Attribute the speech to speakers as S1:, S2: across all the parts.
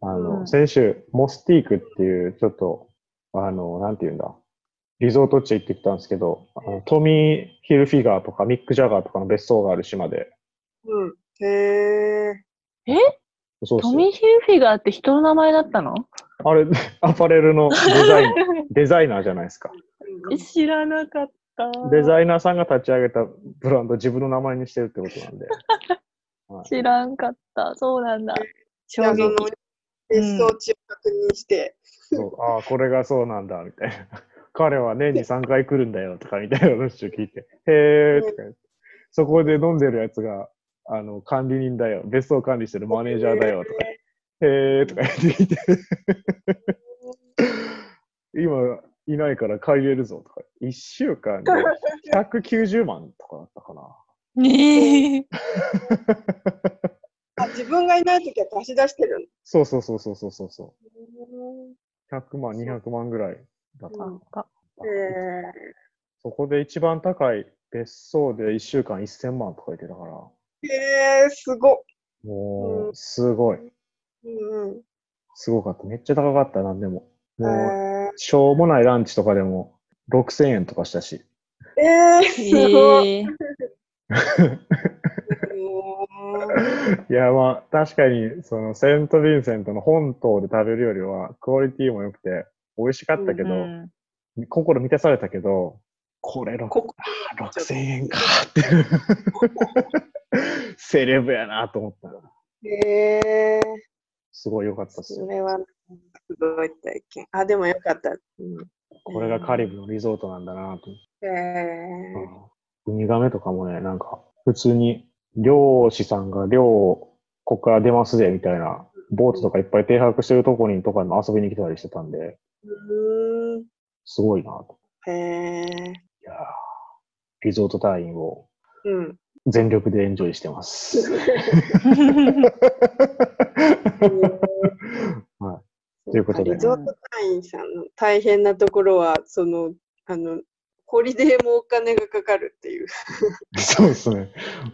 S1: あの、
S2: うん
S1: 先週、モスティークっていう、ちょっと、あの、なんていうんだ、リゾート地行ってきたんですけど、あのトミー・ヒルフィガーとかミック・ジャガーとかの別荘がある島で、
S2: うん。へえ。
S1: そうっす
S3: トミー・ヒルフィガーって人の名前だったの
S1: あれ、 アパレルのデザイン、デザイナーじゃないですか。
S3: え知らなかった。
S1: デザイナーさんが立ち上げたブランド自分の名前にしてるってことなんで。はい
S3: 知らんかった。そうなんだ。
S2: じゃ
S3: 衝
S2: あ、そ
S3: 撃
S2: の。、別荘地を確認して、
S1: そう ああ、これがそうなんだ、みたいな。 彼は年に3回来るんだよ、とか、みたいな 話を聞いて、へーとか言って。そこで飲んでるやつが、あの、管理人だよ、別荘管理してるマネージャーだよ、とか、へーとか言って聞いて、 今いないから借りれるぞ、とか、1週 間で190万とかだったかな。
S3: ねえ。
S2: あ自分がいないときは貸し出してる
S1: そうそうそうそうそうそうそ
S2: の。
S1: う。100万、200万ぐらいだった。
S2: うん
S3: あ
S2: へえ
S1: そこで一番高い別荘で1週間1000万とか言ってたから、
S2: へえすごっ。
S1: も
S2: う
S1: う、すごい。
S2: うんうん。
S1: すごかった。めっちゃ高かったな、でも。
S2: え
S1: もう、しょうもないランチとかでも6000円とかしたし。
S2: ー、えー、すごい。
S3: ええ
S1: いや、まあ、確かに、その、セント・ヴィンセントの本島で食べるよりは、クオリティも良くて、美味しかったけど、
S3: うん
S1: 心満たされたけど、これ
S2: ここ
S1: 6000円かって。セレブやなと思ったら、
S2: えー、
S1: すごい良かったです
S2: そ
S1: よ。
S2: れは、すごい体験。あ、でもよかった。うん
S1: これがカリブのリゾートなんだなと思って。
S2: え
S1: ウミガメとかもね、なんか、普通に、漁師さんが漁を、ここから出ますぜ、みたいな、ボートとかいっぱい停泊してるとこにとかにも遊びに来たりしてたんで、
S2: ー、う
S1: すごいなと。
S2: ーん。えー、
S1: いやーリゾート隊員を
S2: うん。
S1: 全力でエンジョイしてます。はということで
S2: リゾート会員さんの大変なところは、その、あの、ホリデーもお金がかかるっていう。
S1: い。そうですね。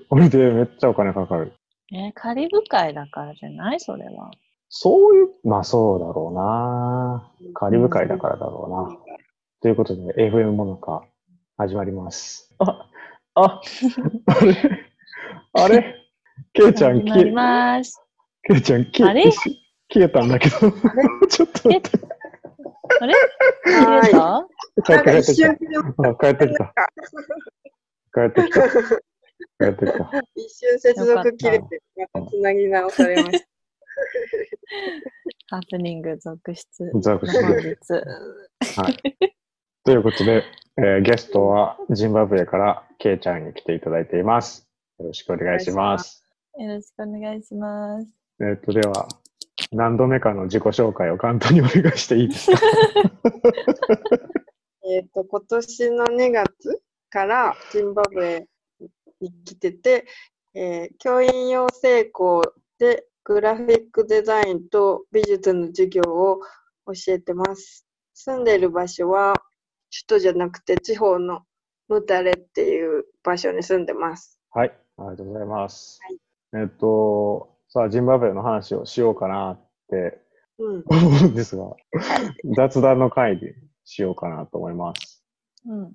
S1: 俺でめっちゃお金かかる。
S3: ねカリブ海だからじゃないそれは。
S1: そういう、まあそうだろうなカリブ海だからだろうな。ということで、FM ものか始まります。あ、あ、あれ、 あれ、ケイちゃん、
S3: 始
S1: け
S3: まります。
S1: ケイちゃん、け
S3: あれ
S1: し消えたんだけど、 ちょっと待って、
S3: あれ消えた
S1: 帰
S2: な
S1: って
S2: んか一
S1: きた
S2: 瞬、
S1: あ帰ってきた。帰ってきた。帰ってきた。
S2: 一瞬接続切れて、またつなぎ直されました。
S3: ハプニング続出。
S1: ザクシ
S3: 本
S1: で。
S3: 日。
S1: ということで、えーゲストはジンバブエからケイちゃんに来ていただいています。よろしくお願いします。
S3: よろしくお願いします。
S1: えっ、と、では、何度目かの自己紹介を簡単にお願いしていいです か
S2: えっ、と、今年の2月からジンバブエに来てて、えー教員養成校でグラフィックデザインと美術の授業を教えてます。住んでる場所は首都じゃなくて地方のムタレっていう場所に住んでます。
S1: はい、ありがとうございます。えっと、さあ、ジンバブエの話をしようかなっ て
S2: うん。
S1: 思うんですが、雑談の会でしようかなと思います。
S3: うん。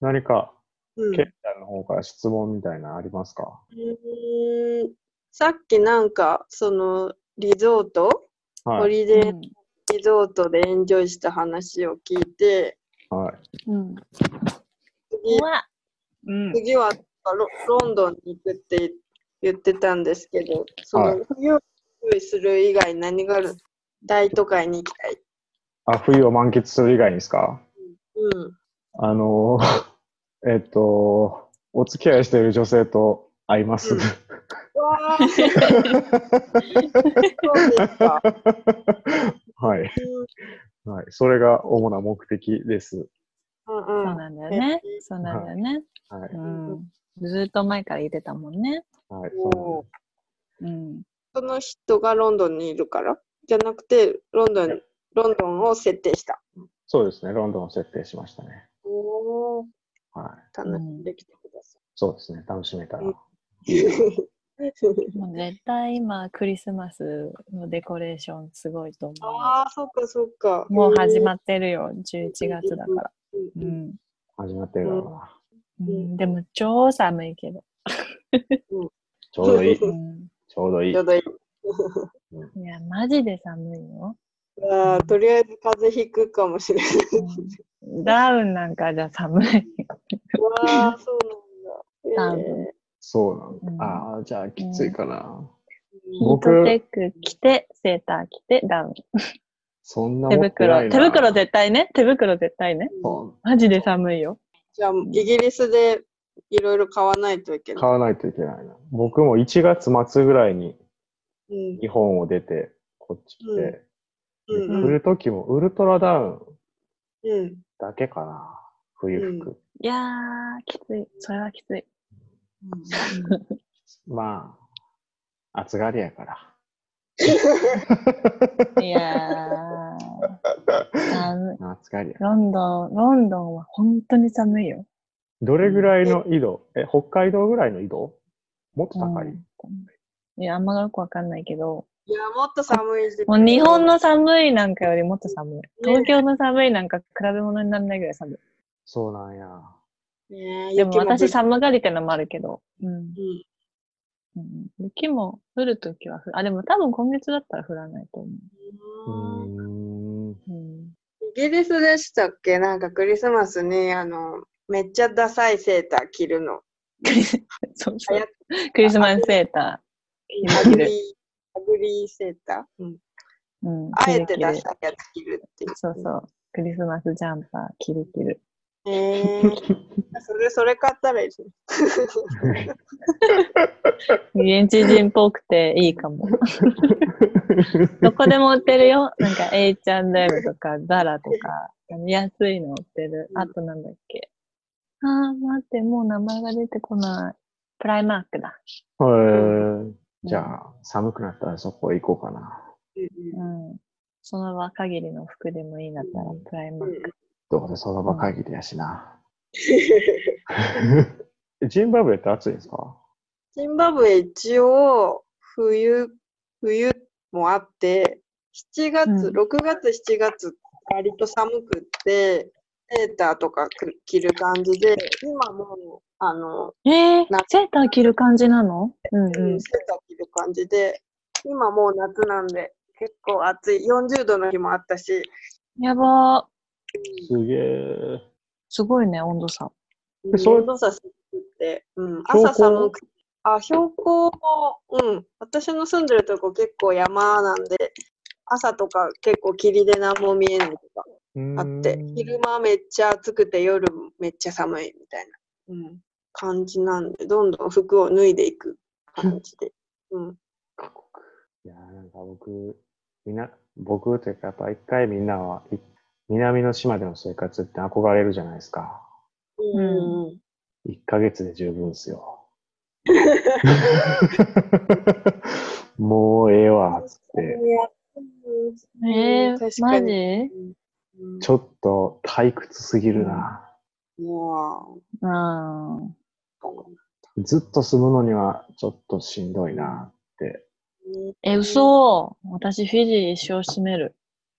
S1: 何か、
S2: うん
S1: ケイちゃんの方から質問みたいなのありますか
S2: うーんさっきなんかそのリゾート、ホ
S1: はい。
S2: リデーリゾートでエンジョイした話を聞いて、
S1: はい。
S3: うん。
S2: 次
S3: うわ。うん。
S2: 次はロロンドンに行くって言ってたんですけど、そ
S1: は
S2: の冬を用意する以外何がある大都会に行きたい。
S1: あ、冬を満喫する以外にですか
S2: うん。
S1: あの、 えっと、お付き合いしている女性と会います。
S2: うん わーそうです か。
S1: はい。はい。それが主な目的です。
S2: うん
S3: そう
S2: うん。
S3: なんだよね。そうなんだよね。
S1: はい。
S3: うん。ずーっと前から言ってたもんね。
S1: はい。
S2: おー
S3: うん。
S2: その人がロンドンにいるからじゃなくてロンドンロンドンを設定した。
S1: そうですね。ロンドンを設定しましたね。
S2: おお。
S1: はい。
S2: 楽しんできてくださ
S1: そうですね。楽しめたら。
S2: い。
S3: もう絶対今、クリスマスのデコレーションすごいと思
S2: ああ、そっかそっか。
S3: う。もう始ま
S2: っ
S3: ってるよ、11月だから。うん。
S1: 始まってる
S2: う
S1: な。
S3: うん、でも、超寒いけど。
S1: ちょう どいい。ち
S3: うん。
S1: ょうどいい
S2: ちょ。うどいい。
S3: いや、マジで寒いよ。
S2: あーとりあえず風邪ひくかもしれない。
S3: うんダウンなんかじゃ寒い。
S2: わあ、そうなんだ。
S3: 多分
S2: え
S1: そうなんだ。
S3: う
S1: ああ、じゃあきついかな。
S3: ヒ
S2: ー
S3: ー
S1: 僕
S3: トテック着て、セーター着て、ダウン。
S1: そんな
S3: 手
S1: 持ってな
S3: 袋、
S1: い
S3: 手
S1: な
S3: 袋絶対ね。手袋絶対ね。
S1: そ
S3: マジで寒いよ。
S2: じゃあ、イギリスでいろいろ買わないといけ
S1: う
S2: ない。
S1: 買わないといけないな。僕も1月末ぐらいに
S2: うん
S1: 日本を出て、こっち来て、
S2: うん
S1: 売るときもウルトラダウン
S2: うん。
S1: だけかな。冬服。
S3: いやー、きつい。それはきつい。
S1: まあ、暑がりやから。
S3: いやー、寒い。
S1: 暑がりや。
S3: ロンドン、ロンドンは本当に寒いよ。
S1: どれぐらいの緯度え、北海道ぐらいの緯度もっと高い、
S3: うんいや、あんまよくわかんないけど、
S2: いや、もっと寒い時期。
S3: もう日本の寒いなんかよりもっと寒い。東京の寒いなんか比べ物にならないぐらい寒い。
S1: そうなんや。
S2: ねえ、
S3: でも私
S2: 雪
S3: 寒がりってのもあるけど、うん
S2: 降るうん
S3: うん、雪も降るときは降る。あ、でも多分今月だったら降らないと思
S1: う ーん。
S3: う。うん、
S2: イギリスでしたっけなんかクリスマスにあのめっちゃダサいセーター着るの。
S3: クリスそうそ
S2: あ
S3: う
S2: や
S3: クリスマスセー
S2: ア
S3: タ
S2: グリー、アグリーセーター、うん、
S3: ー。うん、
S2: あえて
S3: 着る
S2: ダ
S3: 着る
S2: サいやつ着るっていう。
S3: そうそう。クリスマスジャンパー、着る着る。
S2: えー、それ、それ買ったらいい ですね。
S3: 現地人っぽくていい かも。どこでも売ってるよ。なんか H&M とか ZARA とか、安いの売ってる。あとなんだっけ。ああ、待って、もう名前が出てこない。プライマークだ。
S1: へー
S3: うん
S1: じゃあ、寒くなったらそこへ行こうかな。
S3: うん。その場限りの服でもいいんだったら、プライマ
S2: う
S3: ー
S2: ん
S3: ク。
S1: どうせその場限りやしな。 ジンバブエって暑いんですか
S2: ジンバブエ一応冬、冬もあって、7月、
S3: うん
S2: 6月、7月、割と寒くって、セーターとかく着る感じで、今もう、あの、
S3: えー
S2: 夏、
S3: セーター着る感じなのうん
S2: セ
S3: う
S2: ー
S3: ん。
S2: ター着る感じで、今もう夏なんで、結構暑い。40度の日もあったし、
S3: やばー。
S1: すげえ。
S3: すごいね、温度差。
S1: でそれ
S2: 温度差寒くて、うん、
S1: 標高
S2: 朝寒くて。あ、標高も、うん、私の住んでるとこ結構山なんで、朝とか結構霧で何も見えないとかあって、昼間めっちゃ暑くて夜めっちゃ寒いみたいな、うん、感じなんで、どんどん服を脱いでいく感じ で。うん、
S1: いやーなんか僕、みんな、僕というか、やっぱ一回みんなは、い南の島での生活って憧れるじゃないですか。
S2: うん、うん、
S1: 1ヶ月で十分ですよ。 もうええわ、つって。
S2: うん
S3: えー、
S2: 確か
S3: マ
S2: に。
S3: ジ
S2: うん
S1: ちょっと退屈すぎるな。
S2: も
S3: あー
S2: う
S1: ずっと住むのにはちょっとしんどいなって。
S3: え、嘘。私、フィジー一生住める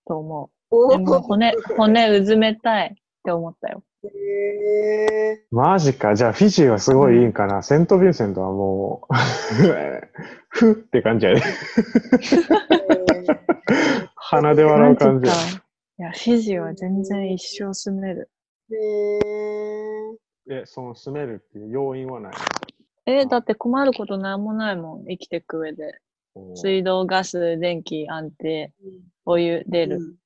S3: と思う。
S2: お
S3: でも骨、骨うずめたいって思ったよ。
S2: へ え
S1: マジか。じゃあフィジーはすごいいいんかな。セントヴィンセントはもう ふって感じやね。鼻で笑う感じや
S3: マジかいや、フィジーは全然一生住める。
S2: へえ
S1: え、その住めるっていう要因はない。
S3: えだって困ることなんもないもん。生きてく上で。
S1: おー
S3: 水道、ガス、電気、安定、お湯、出る、
S2: うん
S1: うん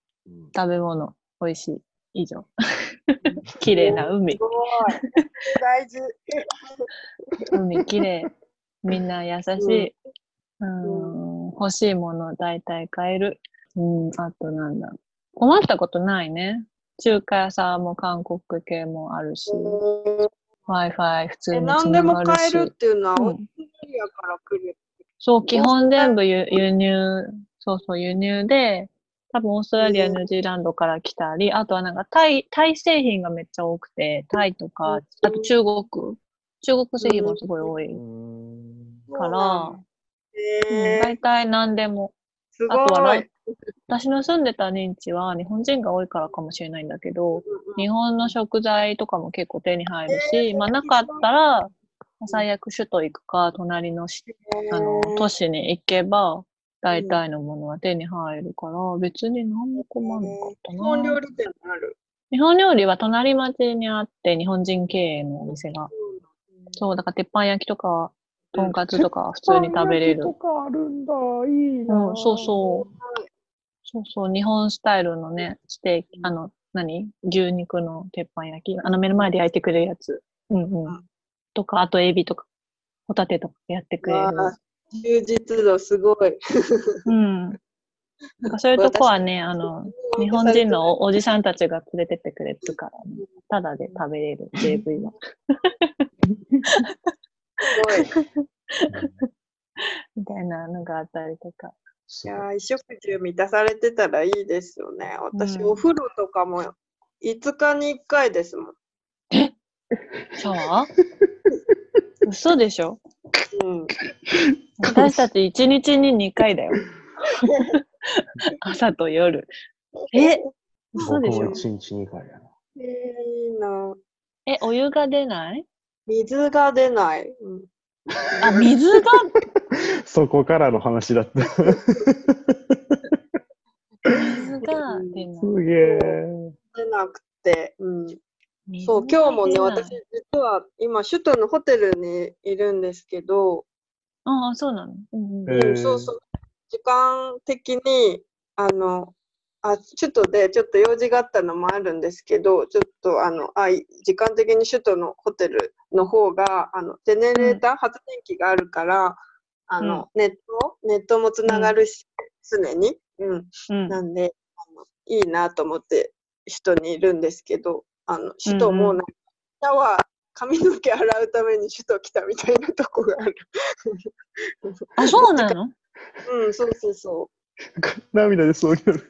S3: 食べ物、美味しい。以上。綺麗な海
S2: す。ごい。大 事。
S3: 海綺麗。みんな優しい。うん、欲しいもの大体買える。うん、あとなんだ。困ったことないね。中華屋さんも韓国系もあるし、Wi-Fi 普通
S2: え、
S3: に
S2: 何
S3: つ
S2: で
S3: な
S2: も
S3: がる
S2: 買え
S3: し。
S2: るっていうのは、
S3: うん
S2: オーストラリアから来る。
S3: そう、基本全部輸輸入、そうそう、輸入で、多分オーストラリア、
S2: うん
S3: ニュージーランドから来たり、あとはなんかタイ、タイ製品がめっちゃ多くて、タイと
S2: うん、
S3: かあと中国、中国製品もすごい多い。
S1: うーん
S2: う
S3: から、
S2: そうなん
S3: うん
S2: だへえ
S3: 大体何でも。
S2: す
S3: あと
S2: ご
S3: はラ
S2: い。
S3: イ私の住んでた認知は日本人が多いからかもしれないんだけど、日本の食材とかも結構手に入るし、まあなかったら、最悪首都行くか、隣の市あの都市に行けば、大体のものは手に入るから、別に何も困らなかった
S2: 日
S3: な。
S2: 本料理店もある。
S3: 日本料理は隣町にあって、日本人経営のお店が。そう、だから鉄板焼きとか、とんかつとか普通に食べれる。
S1: とかあるんだ、いいな。
S3: うん、そうそう。そうそう、日本スタイルのね、ステーキ、あの、何牛肉の鉄板焼き。あの、目の前で焼いてくれるやつ。うんう
S2: あ
S3: ん。とか、あとエビとか、ホタテとかやってくれる。
S2: わあ充実度すご い。
S3: うん。なんかそういうとこはね、あの、日本人のおおじさんたちが連れてってくれるからね。ただで食べれる、JV は。
S2: すごい。
S3: みたいなのがあったりとか。
S2: いやー衣食住満たされてたらいいですよね。私、
S3: うん
S2: お風呂とかも5日に1回ですもん。
S3: シャワー 嘘でしょ
S2: うん、
S3: 私たち1日に2回 だよ。朝と夜。え
S1: 僕
S3: 嘘でし
S1: も
S3: ょ
S1: 一日二回やな。
S2: えーいいな。
S3: え、お湯が出ない
S2: 水が出ない。うん
S3: あ、水が
S1: そこからの話だった。す
S3: 水が出ない。
S1: げえ。
S2: 出なくて。うん、
S3: 水が
S2: そう、今日もね、
S3: 出ない
S2: 私、実は今、首都のホテルにいるんですけど、
S3: ああ、そうなの。うんうん
S1: えー
S2: うんそうそう。時間的に、あの、あ、首都でちょっと用事があったのもあるんですけど、ちょっとあの、あ、い時間的に首都のホテルの方が、あの、ジェネレーター、発電機があるから、あの、ネット、ネットもつながるし、常に。うん。
S3: うん
S2: なんで、あのいいなと思って、首都にいるんですけど、あの、首都も
S3: うん
S2: なん
S3: うん
S2: か、シャワー、髪の毛洗うために首都来たみたいなとこがある。
S3: あ、そうなの
S2: うん、そうそうそう。
S1: 涙でそうになる。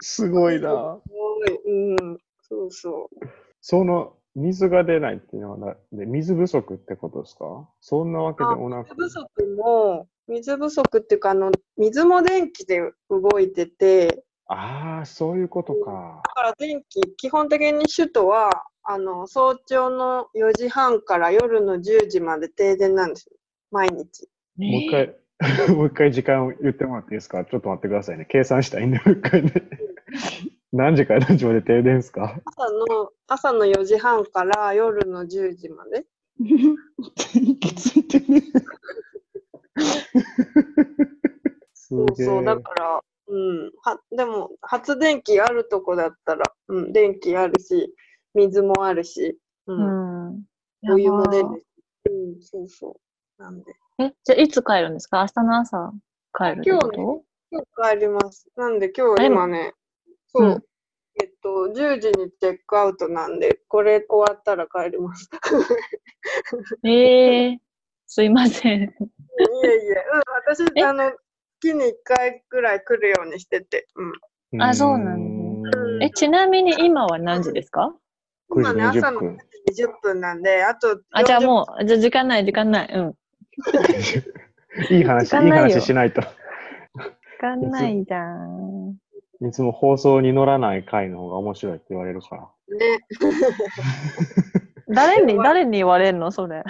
S1: すごいな。
S2: すごい、うん、そうそう。
S1: その水が出ないっていうのはなで、水不足ってことですかそんなわけでもなく。
S2: 水不足も、水不足っていうか、あの、水も電気で動いてて、
S1: ああ、そういうことか。
S2: だから電気、基本的に首都は、あの、早朝の4時半から夜の10時まで停電なんですよ。毎日。
S1: もう一
S3: えー
S1: 回、 もう一回時間を言ってもらっていいですかちょっと待ってくださいね。計算したいんで、もう一回ね。何時から 何時まで停電ですか
S2: 朝の、朝の4時半から夜の10時まで。
S1: 息ついてね。 す
S2: そう
S1: げえ。
S2: そう、だから、うん。は、でも、発電機あるとこだったら、うん、電気あるし、水もあるし、うん
S3: うん。
S2: お湯も出
S3: や
S2: る
S3: ばー。
S2: うん、そうそう。なんで。
S3: え、じゃあいつ帰るんですか明日の朝帰るってこ
S2: 今日ね
S3: と
S2: 今日帰ります。なんで今日
S3: あでも
S2: 今ね、そう、
S3: うん
S2: えっと、10時にチェックアウトなんで、これ終わったら帰ります。
S3: ええー、すいません。
S2: いえいえ、うん、
S3: え
S2: 私、あの、月に1回くらい来るようにしてて、うん。
S1: うん
S3: あそうなん
S2: だ
S3: え、ちなみに今は何時ですか
S2: 今ね、
S1: 9時20
S2: 朝の
S1: 分
S2: 20分なんで、あと、
S3: あ、じゃあ
S2: う。
S3: もう、じゃあ時間ない、時間ない。うん。
S1: いい話、
S3: 時
S1: い
S3: 間
S1: い
S3: ないよ
S1: 話しないと。
S3: 時間ないじゃん。
S1: いつも放送に乗らない回の方が面白いって言われる から。
S2: ね、
S3: 誰に、
S2: やばい
S3: 誰に言われるのそれ。
S1: うん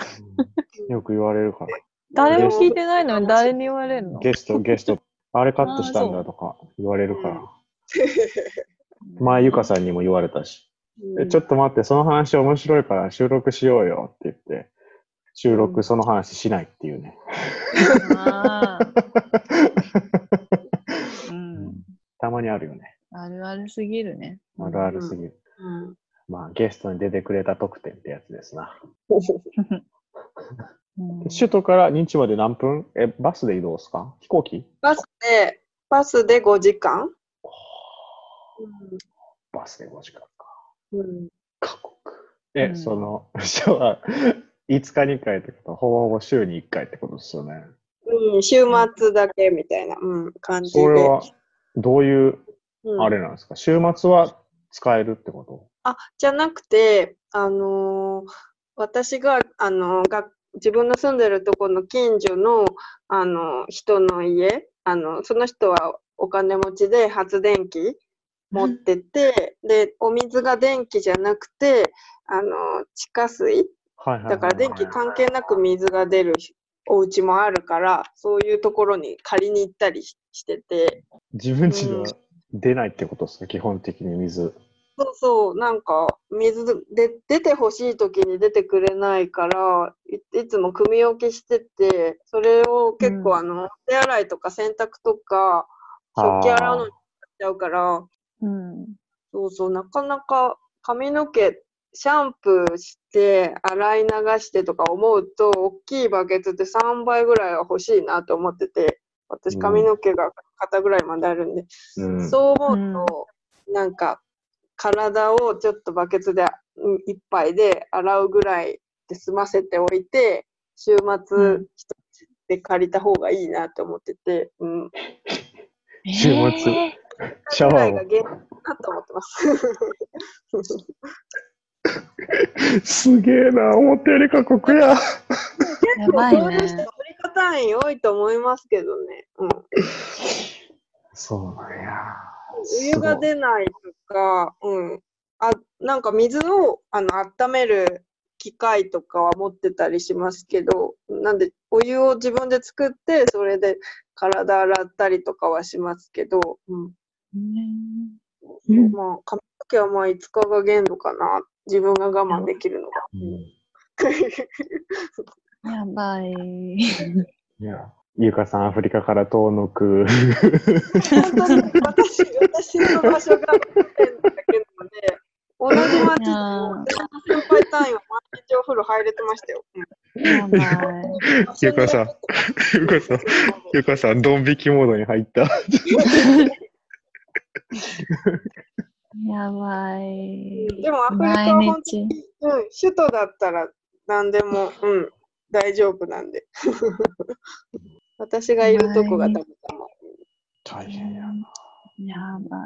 S1: よく言われるから。
S3: 誰も聞いてないのに誰に言われるの
S1: ゲスト、ゲスト、あれカットしたんだとか言われるか
S2: あー
S1: ら。前、ゆかさんにも言われたし。えちょっと待って、その話面白いから収録しようよって言って、収録その話しないっていうね。
S3: あーうん。
S1: たまにあるよね。
S3: あるあるすぎるね。
S1: あるあるすぎる。
S2: と。うん。
S1: まあ、ゲストに出てくれた特典ってやつですな。
S3: うん
S1: 首都から認知まで何分え、バスで移動ですか飛行機
S2: バスで、バスで5時 間。
S1: バスで5時間か。
S2: うん。うん
S1: 過酷。え、
S3: うん
S1: その、シャワー、5日に1回ってことは、ほぼほぼ週に1回ってことですよね。
S2: うん、週末だけみたいな、うん、感じで。
S1: それは、どういう、
S2: うん
S1: あれなんですか、週末は使えるってこと
S2: あ、じゃなくて、あのー私があのが自分の住んでるとこの近所のあの人の家あのその人はお金持ちで発電機持ってて、でお水が電気じゃなくてあの地下水
S1: はいはいはいはい
S2: だから電気関係なく水が出るお家もあるからそういうところに借りに行ったりししてて
S1: 自分ちで
S2: うん
S1: は出ないってことですね、基本的に水。
S2: そうそうなんか水で出てほしい時に出てくれないからいいつも組み置きしててそれを結
S3: うん
S2: 構あの、手洗いとか洗濯とか食器洗うのに使っちゃうから
S3: うん。
S2: そうそうなかなか髪の毛シャンプーして洗い流してとか思うと大きいバケツで3倍ぐらいは欲しいなと思ってて私
S1: うん
S2: 髪の毛が肩ぐらいまであるんで、
S1: うん、
S2: そう思うと、なんか体をちょっとバケツでうん一杯で洗うぐらいで済ませておいて週
S3: う
S2: 末
S3: ん
S2: 一つで借りた方がいいなと思ってて、うん、
S1: 週末
S3: え
S1: シャワ
S2: ぐらいが
S1: ー
S2: 限界だなと思って ます。
S1: を。すげえな、思ったより過酷や。
S3: ーやばい
S2: そういう人ア
S3: ね。
S2: メリカ単位多いと思いますけどね。うん、
S1: そうなんや。
S2: お湯が出ないとか、うん、あなんか水をあの温める機械とかは持ってたりしますけど、なんでお湯を自分で作ってそれで体洗ったりとかはしますけど、うん
S3: うん
S2: まあ髪の毛はまあ5日が限度かな。自分が我慢できるのが。
S1: すごいうん
S3: やばい。
S1: いや、ゆかさん、アフリカから遠のく。
S2: 本当に私私の場所が保育園だけなので、同じ町
S3: い
S2: で
S3: や
S2: も先輩単位は毎日お風呂入れてましたよ。
S3: ーやばい。
S1: ゆかさん、ゆかさん、ゆかさん、ドン引きモードに入った。
S3: やばい。
S2: でもアフリカは
S3: 毎
S2: 本当
S3: 日。
S2: うん、首都だったら何でも、うん、大丈夫なんで。 私がいるとこが多分
S1: 大
S3: やば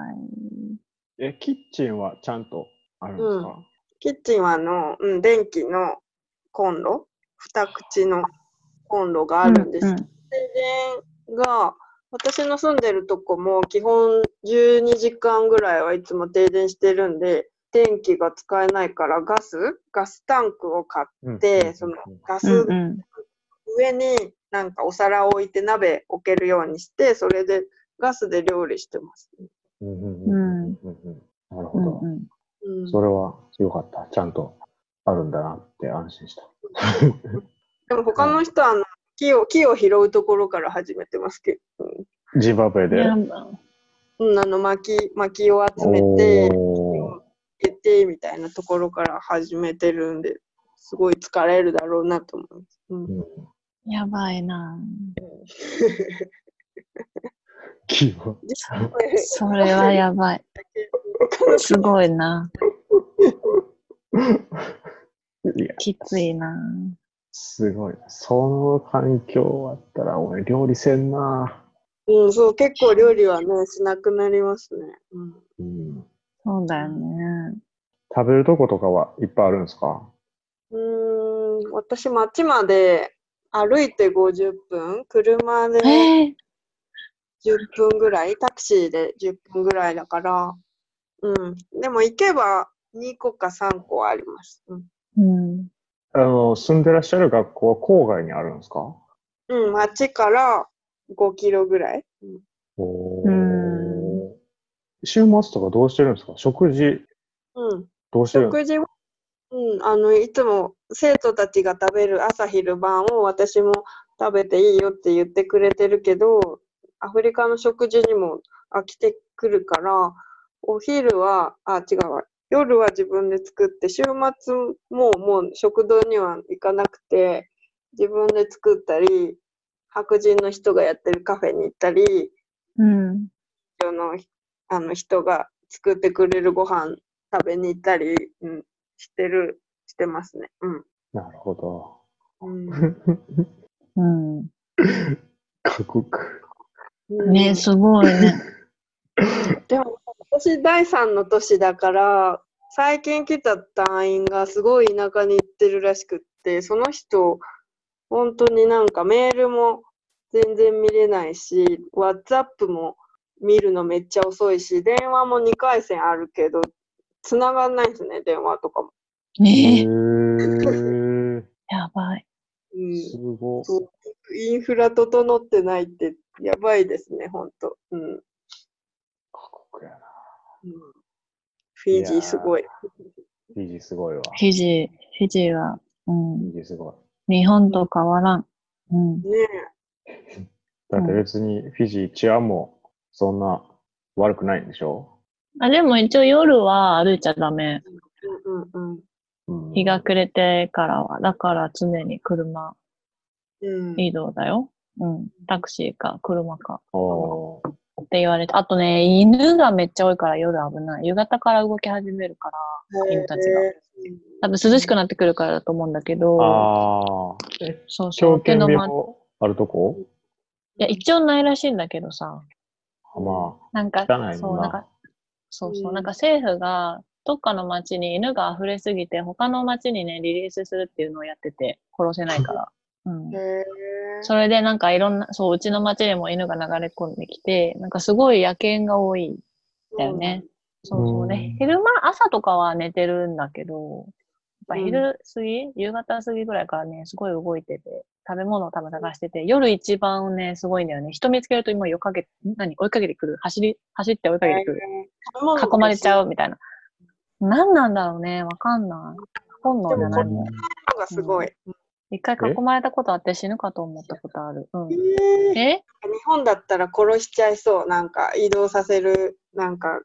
S1: え、キッチンはちゃんとあるんですか、
S2: キッチンはあの、うん、電気のコンロ、二口のコンロが
S3: い。
S2: あるんです
S3: う
S2: けど停電が私の住んでるとこも基本12時間ぐらいはいつも停電してるんで電気が使えないからガスガスタンクを買っ
S1: うん
S2: てそのガス
S3: んうん。
S2: 上になんかお皿を置いて鍋置けるようにしてそれでガスで料理してます、ね
S1: うんうんうんうんうんうんなる
S3: う
S1: ほど。
S3: んうん。
S2: うん、
S1: それは良かった。ちゃんとあるんだなって安心した。
S2: でも他の人はあの木を木を拾うところから始めてますけど、
S1: ジンバブエで。
S3: やば
S2: うんうん、あの薪薪を集めて
S1: おー
S2: 決定みたいなところから始めてるんですごい疲れるだろうなと思います。うん
S1: うん
S3: やばいな。
S1: キーボ
S3: それはやばい。すごいな。
S1: ーいや、
S3: きついな。
S1: すごい。その環境あったら、俺料理せんな。
S2: うん、そう結構料理はねしなくなりますね。うん、
S1: うん、
S3: そうだよね。
S1: 食べるとことかはいっぱいあるんですか
S2: うーん私町まで歩いて50分車で10
S3: えー、
S2: 分ぐらいタクシーで10分ぐらいだから、うん、でも行けば2個か3個はあります。うん
S3: うん。
S1: あの、住んでらっしゃる学校は郊外にあるんですか
S2: うん、町から5キロぐらい。うん
S1: お
S3: う
S1: ー週末とかどうしてるんですか食事
S2: うん
S1: どうしてるんですか
S2: 食事は、うん、あのいつも生徒たちが食べる朝昼晩を私も食べていいよって言ってくれてるけどアフリカの食事にも飽きてくるからお昼はあ違うわ夜は自分で作って週末ももう食堂には行かなくて自分で作ったり白人の人がやってるカフェに行ったり
S3: うん。
S2: 人のあの人が作ってくれるご飯食べに行ったり、うん、してるしてますね。
S1: なるほど。
S2: うん。
S3: うん。
S1: 過酷。
S2: うん、
S3: ねすごいね。
S2: でも私第三の都市だから最近来た団員がすごい田舎に行ってるらしくって、その人、本当になんかメールも全然見れないし、WhatsApp も見るのめっちゃ遅いし、電話も2回線あるけど、繋がんないんですね、電話とかも。
S1: へ
S3: ねえ、
S1: ー、
S3: やばい。
S2: うん
S1: すごい。
S2: そうインフラ整ってないってやばいですね、本当。うん。うん
S1: 過酷やな。
S2: フィジーすごい。
S1: フィジーすごいわ。
S3: フィジー、フィジーは、うん
S1: フ、ィジーすごい。
S3: 日本と変わらん。うん。
S2: ねえ。
S1: だって別にフィジー治安もそんな悪くないんでしょ、
S3: あ、でも一応夜は歩いちゃダメ。
S2: うんうんうん。
S1: うん、
S3: 日が暮れてからは。だから常に車
S2: うん、
S3: 移動だよ。うん。タクシーか車か
S1: おー
S3: って言われて。あとね、犬がめっちゃ多いから夜危ない。夕方から動き始めるから。犬たちが
S2: へ
S3: 多分涼しくなってくるからだと思うんだけど。
S1: ああ。え
S3: そうそう。
S1: 狂
S3: け
S1: 犬
S3: ど
S1: 病
S3: まあ、い
S1: あるとこ
S3: や、一応ないらしいんだけどさ。
S1: あま
S3: なんか
S1: あ、、汚い
S3: そ
S1: も
S3: うんなんか
S1: な。
S3: そうそうう。
S2: ん
S3: なんか政府が、どっかの町に犬が溢れすぎて、他の町にね、リリースするっていうのをやってて、殺せないから。うん
S2: え。。へえ
S3: それでなんかいろんな、そう、うちの町にも犬が流れ込んできて、なんかすごい野犬が多いんだよね。。そうそう
S1: うん
S3: ね。昼間、朝とかは寝てるんだけど、やっぱ
S2: う
S3: 昼過ぎ、夕方過ぎぐらいからね、すごい動いてて、食べ物を多分探してて、夜一番ね、すごいんだよね。人見つけると今追いかけ、何追いかけてくる。走り、走って追いかけてくる。囲まれち
S2: う
S3: ゃうみたいな。何なんだろうね。わかんない。本能じゃない
S1: で
S3: も
S1: も
S2: ん。
S3: ん。
S2: のがすごい。
S3: 一回
S1: え
S3: 囲まれたことあって死ぬかと思ったことある。うん。
S2: ええ
S3: え
S2: 日本だったら殺しちゃいそう。なんか移動させる、なんか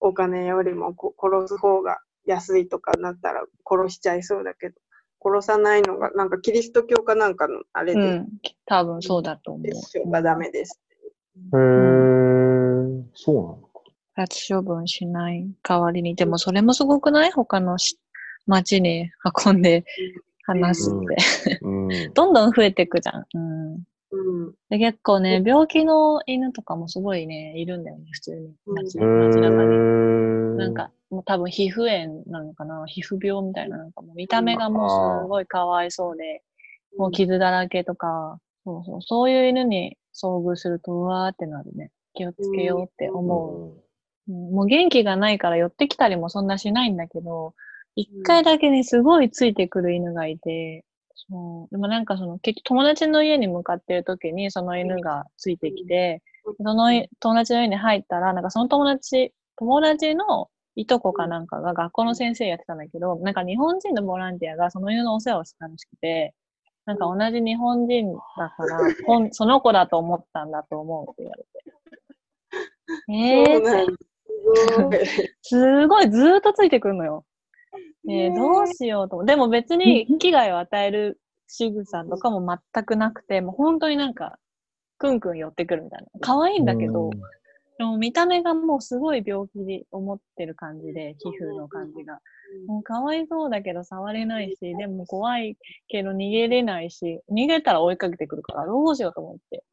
S2: お金よりもこ殺す方が安いとかなったら殺しちゃいそうだけど、殺さないのが、なんかキリスト教かなんかのあれ
S3: う
S2: で、
S3: ん。多分そうだと思う。
S2: 殺生がダメです。
S1: へえ、そうなのか。
S3: 殺処分しない代わりに。でもそれもすごくない他のし町に運んで話すって。
S1: うんうん。
S3: どんどん増えていくじゃん。うん、
S2: うん。
S3: で結構ね、病気の犬とかもすごいね、いるんだよね、普通に。町
S1: へ
S3: 街中に。
S1: ー
S3: なんか、もう多分皮膚炎なのかな皮膚病みたいな、なんかもう見た目がもうすごいかわいそうで、もう傷だらけとか、そうそう、そういう犬に遭遇すると、うわーってなるね。気をつけようって思う。うんもう元気がないから寄ってきたりもそんなしないんだけど、一回だけね、すごいついてくる犬がいて、そう。でもなんかその、結局友達の家に向かってる時にその犬がついてきて、そのい友達の家に入ったら、なんかその友達、友達のいとこかなんかが学校の先生やってたんだけど、なんか日本人のボランティアがその犬のお世話をしてたらしくて、なんか同じ日本人だから、ほんその子だと思ったんだと思うって言われて。え
S2: そう
S3: ーっ
S2: な
S3: て
S2: んですすごい。
S3: すごい、ずーっとついてくるのよ。
S2: ね
S3: え
S2: え
S3: どうしようと思う。でも別に危害を与える仕草とかも全くなくて、もう本当になんか、くんくん寄ってくるみたいな。可愛いんだけど、でも見た目がもうすごい病気に思ってる感じで、皮膚の感じが。もうかわいそうだけど触れないし、でも怖いけど逃げれないし、逃げたら追いかけてくるから、どうしようと思って。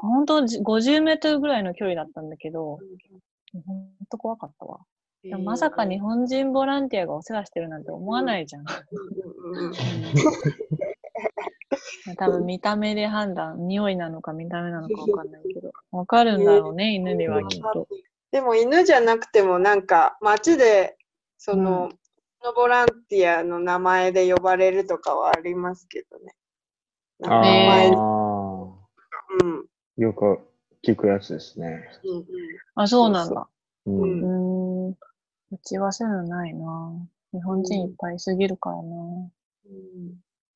S3: 本当じ50メートルぐらいの距離だったんだけど、本当怖かったわ。でもまさか日本人ボランティアがお世話してるなんて思わないじゃ ん。
S2: うんうん
S3: 多分見た目で判断、匂いなのか見た目なのかわかんないけど。わかるんだろうね、犬にはきっと。
S2: でも犬じゃなくてもなんか街でその,、のボランティアの名前で呼ばれるとかはありますけどね。名
S1: あ
S2: 前、
S3: ね
S1: あ
S2: うんうん
S1: ー、よく聞くやつですね。
S2: うん、
S3: あ、そうなんだ。
S1: う
S3: うー
S1: ん。
S3: ん。うちはそういうのないな。日本人いっぱいすぎるからな。
S2: うん。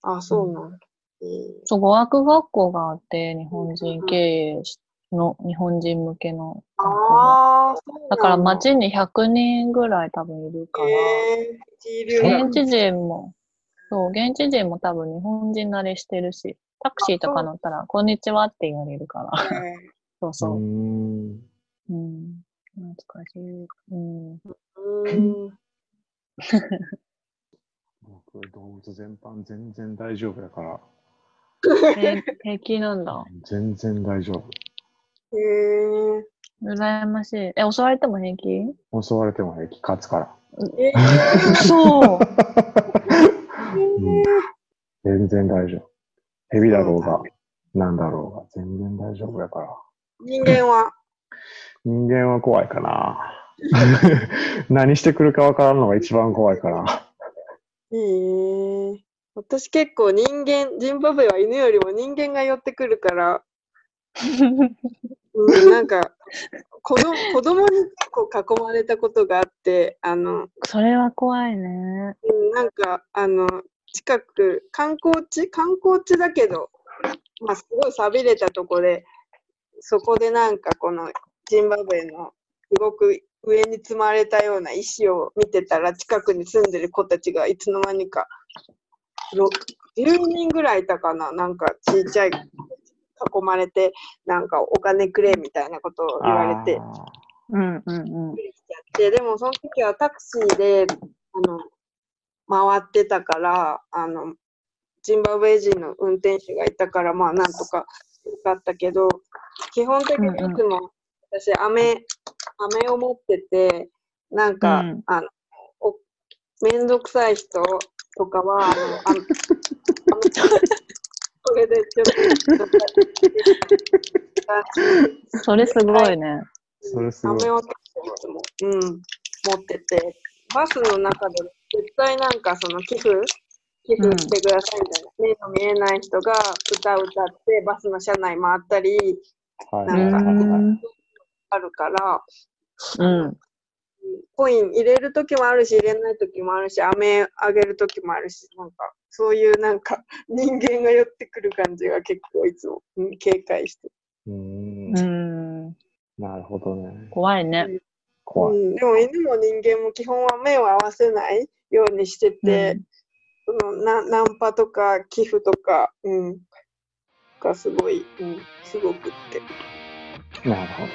S2: あ、そうなんだ。え
S3: そう、語学学校があって、日本人経営の、日本人向けの
S2: ー、
S3: 学校が。
S2: ああ、そうなん
S3: だから街に100人ぐらい多分いるから。
S2: えー、一流
S1: そうな
S3: 現地人も、そう、現地人も多分日本人慣れしてるし、タクシーとか乗ったら、こんにちはって言われるから。そう
S1: う
S3: そ
S1: ん。
S3: う。うん。懐かしい。う
S2: う
S3: ん。
S2: ん。
S1: 僕、動物全般全然大丈夫だから、
S3: え、平気なんだ。
S1: 全然大丈
S2: えー、
S3: 羨ましい。え、襲われても平気
S1: 夫。襲われても平気、勝つから。
S2: えー
S3: そう。
S1: うん全然大丈夫。蛇だろうが、なんだろうが、全然大丈夫だから。
S2: 人間は、
S1: 人間は怖いかな。何してくるかわからんのが一番怖いから。
S2: えー、私結構人間、ジンバブエは犬よりも人間が寄ってくるから、うん、なんか子供、子供に結構囲まれたことがあって、あの、
S3: それは怖いね。
S2: うん、なんか、あの、近く、観光地観光地だけど、まあ、すごい寂れたとこで、そこでなんかこのジンバブエのすごく上に積まれたような石を見てたら、近くに住んでる子たちがいつの間にか、ろ10人ぐらいいたかな、なんかちっちゃい、囲まれて、なんかお金くれみたいなことを言われて
S1: あ、ー
S3: うんうんうん。
S2: ででもその時はタクシーであの回ってたからあのジンバブエ人の運転手がいたからまあなんとかよかったけど基本的にいつも私飴飴を持っててなんか、
S3: うん
S2: あのおめんどくさい人とかはあのあの それでちょっと。
S3: それすごいね。
S1: それすごい
S2: 飴を結構いつも、うん、持ってて、バスの中でも絶対なんかその寄付、寄付してくださいみたいな、目の見えない人が歌歌って、バスの車内回ったり
S1: はい
S3: うん
S1: はいは
S2: ない
S1: はい。
S2: あるから、
S3: うん。
S2: コイン入れるときもあるし、入れないときもあるし、飴あげるときもあるし、なんか、そういうなんか、人間が寄ってくる感じが結構いつも、うん警戒して。
S1: うーん
S3: う、ん。
S1: なるほどね。
S3: 怖いね。
S1: 怖
S2: う
S1: い。
S2: ん、でも犬も人間も基本は目を合わせないようにしてて、そのなナンパとか寄付とか、うん、がすごい、うん、すごくって。
S1: なるほど。